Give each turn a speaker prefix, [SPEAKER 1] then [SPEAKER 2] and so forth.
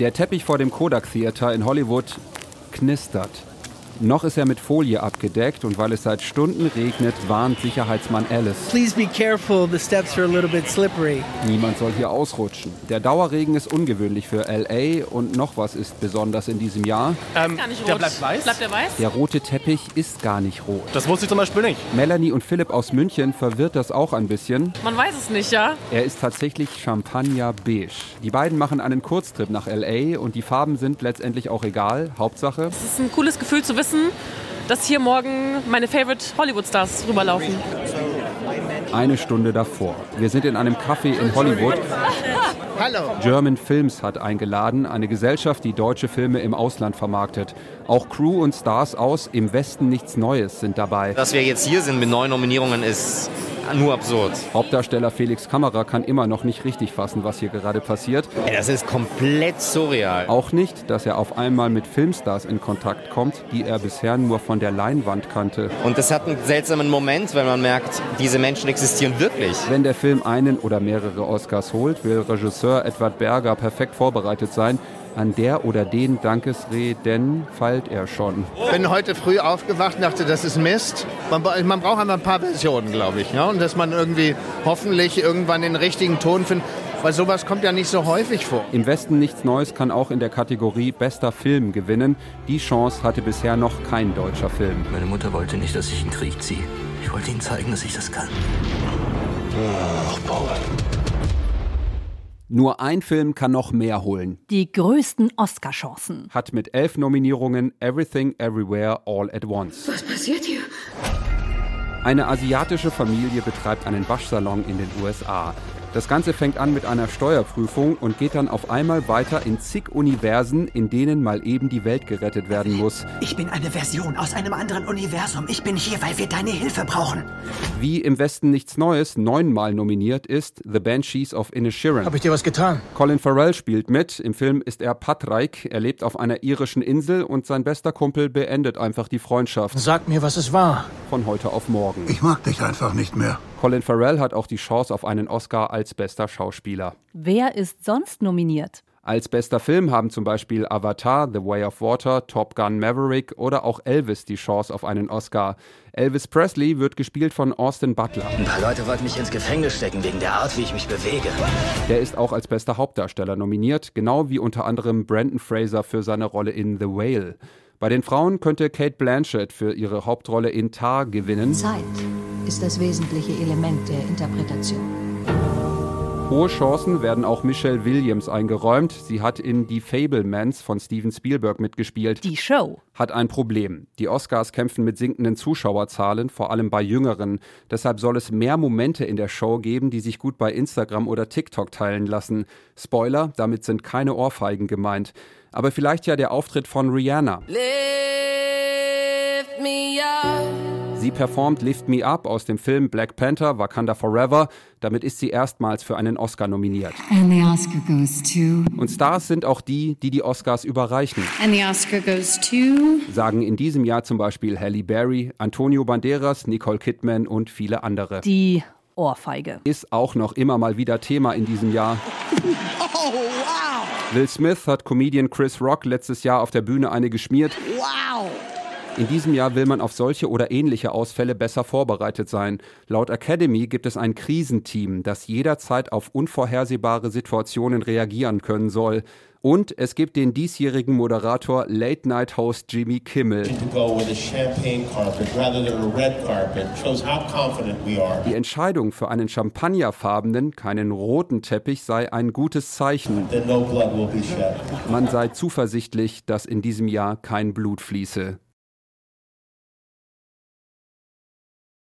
[SPEAKER 1] Der Teppich vor dem Kodak Theater in Hollywood knistert. Noch ist er mit Folie abgedeckt und weil es seit Stunden regnet, warnt Sicherheitsmann Alice.
[SPEAKER 2] Please be careful, the steps are a little bit slippery.
[SPEAKER 1] Niemand soll hier ausrutschen. Der Dauerregen ist ungewöhnlich für LA und noch was ist besonders in diesem Jahr.
[SPEAKER 3] Ähm,
[SPEAKER 4] Gar nicht rot.
[SPEAKER 3] der bleibt weiß.
[SPEAKER 4] Bleibt der weiß?
[SPEAKER 1] Der rote Teppich ist gar nicht rot.
[SPEAKER 3] das wusste ich zum Beispiel nicht.
[SPEAKER 1] Melanie und Philipp aus München verwirrt das auch ein bisschen.
[SPEAKER 4] Man weiß es nicht, ja?
[SPEAKER 1] Er ist tatsächlich Champagner beige. Die beiden machen einen Kurztrip nach LA und die Farben sind letztendlich auch egal. Hauptsache,
[SPEAKER 4] Es ist ein cooles Gefühl zu wissen, dass hier morgen meine Favorite Hollywood Stars rüberlaufen.
[SPEAKER 1] eine Stunde davor. Wir sind in einem Café in Hollywood.
[SPEAKER 2] Hallo.
[SPEAKER 1] German Films hat eingeladen, eine Gesellschaft, die deutsche Filme im Ausland vermarktet. Auch Crew und Stars aus Im Westen nichts Neues sind dabei.
[SPEAKER 5] Dass wir jetzt hier sind mit neun Nominierungen ist nur absurd.
[SPEAKER 1] Hauptdarsteller Felix Kammerer kann immer noch nicht richtig fassen, was hier gerade passiert.
[SPEAKER 5] Ey, das ist komplett surreal.
[SPEAKER 1] Auch nicht, dass er auf einmal mit Filmstars in Kontakt kommt, die er bisher nur von der Leinwand kannte.
[SPEAKER 5] Und das hat einen seltsamen Moment, wenn man merkt, diese Menschen existieren wirklich.
[SPEAKER 1] Wenn der Film einen oder mehrere Oscars holt, will Regisseur Edward Berger perfekt vorbereitet sein. An der oder den Dankesreden feilt er schon.
[SPEAKER 6] bin heute früh aufgewacht und dachte, das ist Mist. Man, bra- man braucht einfach ein paar Versionen, glaube ich. Ne? Und dass man irgendwie hoffentlich irgendwann den richtigen Ton findet. Weil sowas kommt ja nicht so häufig vor.
[SPEAKER 1] Im Westen nichts Neues kann auch in der Kategorie Bester Film gewinnen. Die Chance hatte bisher noch kein deutscher Film.
[SPEAKER 7] Meine Mutter wollte nicht, dass ich in den Krieg ziehe. Ich wollte ihnen zeigen, dass ich das kann.
[SPEAKER 1] Nur ein Film kann noch mehr holen.
[SPEAKER 8] Die größten Oscar-Chancen.
[SPEAKER 1] Hat mit elf Nominierungen Everything Everywhere All at Once.
[SPEAKER 9] Was passiert hier?
[SPEAKER 1] Eine asiatische Familie betreibt einen Waschsalon in den USA. Das Ganze fängt an mit einer Steuerprüfung und geht dann auf einmal weiter in zig Universen, in denen mal eben die Welt gerettet werden muss.
[SPEAKER 10] Ich bin eine Version aus einem anderen Universum. Ich bin hier, weil wir deine Hilfe brauchen.
[SPEAKER 1] Wie im Westen nichts Neues neunmal nominiert ist The Banshees of Inisherin.
[SPEAKER 2] ich dir was getan?
[SPEAKER 1] Colin Farrell spielt mit. Im Film ist er Patrick. Er lebt auf einer irischen Insel und sein bester Kumpel beendet einfach die Freundschaft
[SPEAKER 2] Sag mir, was es war.
[SPEAKER 1] von heute auf morgen.
[SPEAKER 10] Ich mag dich einfach nicht mehr.
[SPEAKER 1] Colin Farrell hat auch die Chance auf einen Oscar als bester Schauspieler.
[SPEAKER 8] Wer ist sonst nominiert?
[SPEAKER 1] Als bester Film haben zum Beispiel Avatar, The Way of Water, Top Gun Maverick oder auch Elvis die Chance auf einen Oscar. Elvis Presley wird gespielt von Austin Butler.
[SPEAKER 7] Ein paar Leute wollten mich ins Gefängnis stecken wegen der Art, wie ich mich bewege.
[SPEAKER 1] Der ist auch als bester Hauptdarsteller nominiert, genau wie unter anderem Brandon Fraser für seine Rolle in The Whale. Bei den Frauen könnte Kate Blanchett für ihre Hauptrolle in Tar gewinnen.
[SPEAKER 9] Zeit ist das wesentliche Element der Interpretation.
[SPEAKER 1] Hohe Chancen werden auch Michelle Williams eingeräumt. Sie hat in Die Fablemans von Steven Spielberg mitgespielt.
[SPEAKER 8] Die Show.
[SPEAKER 1] hat ein Problem. Die Oscars kämpfen mit sinkenden Zuschauerzahlen, vor allem bei Jüngeren. Deshalb soll es mehr Momente in der Show geben, die sich gut bei Instagram oder TikTok teilen lassen. Spoiler, damit sind keine Ohrfeigen gemeint. Aber vielleicht ja der Auftritt von Rihanna. Sie performt Lift Me Up aus dem Film Black Panther Wakanda Forever. Damit ist sie erstmals für einen Oscar nominiert.
[SPEAKER 9] And the Oscar goes to.
[SPEAKER 1] Und Stars sind auch die, die die Oscars überreichen.
[SPEAKER 9] And the Oscar goes to.
[SPEAKER 1] sagen in diesem Jahr zum Beispiel Halle Berry, Antonio Banderas, Nicole Kidman und viele andere.
[SPEAKER 8] Die Ohrfeige.
[SPEAKER 1] Ist auch noch immer mal wieder Thema in diesem Jahr. Will Smith hat Comedian Chris Rock letztes Jahr auf der Bühne eine geschmiert. In diesem Jahr will man auf solche oder ähnliche Ausfälle besser vorbereitet sein. Laut Academy gibt es ein Krisenteam, das jederzeit auf unvorhersehbare Situationen reagieren können soll. Und es gibt den diesjährigen Moderator Late-Night-Host Jimmy Kimmel.
[SPEAKER 11] go with a champagne carpet rather than a red carpet shows how confident we are.
[SPEAKER 1] Die Entscheidung für einen champagnerfarbenen, keinen roten Teppich sei ein gutes Zeichen.
[SPEAKER 11] That no blood will be shed.
[SPEAKER 1] Man sei zuversichtlich, dass in diesem Jahr kein Blut fließe.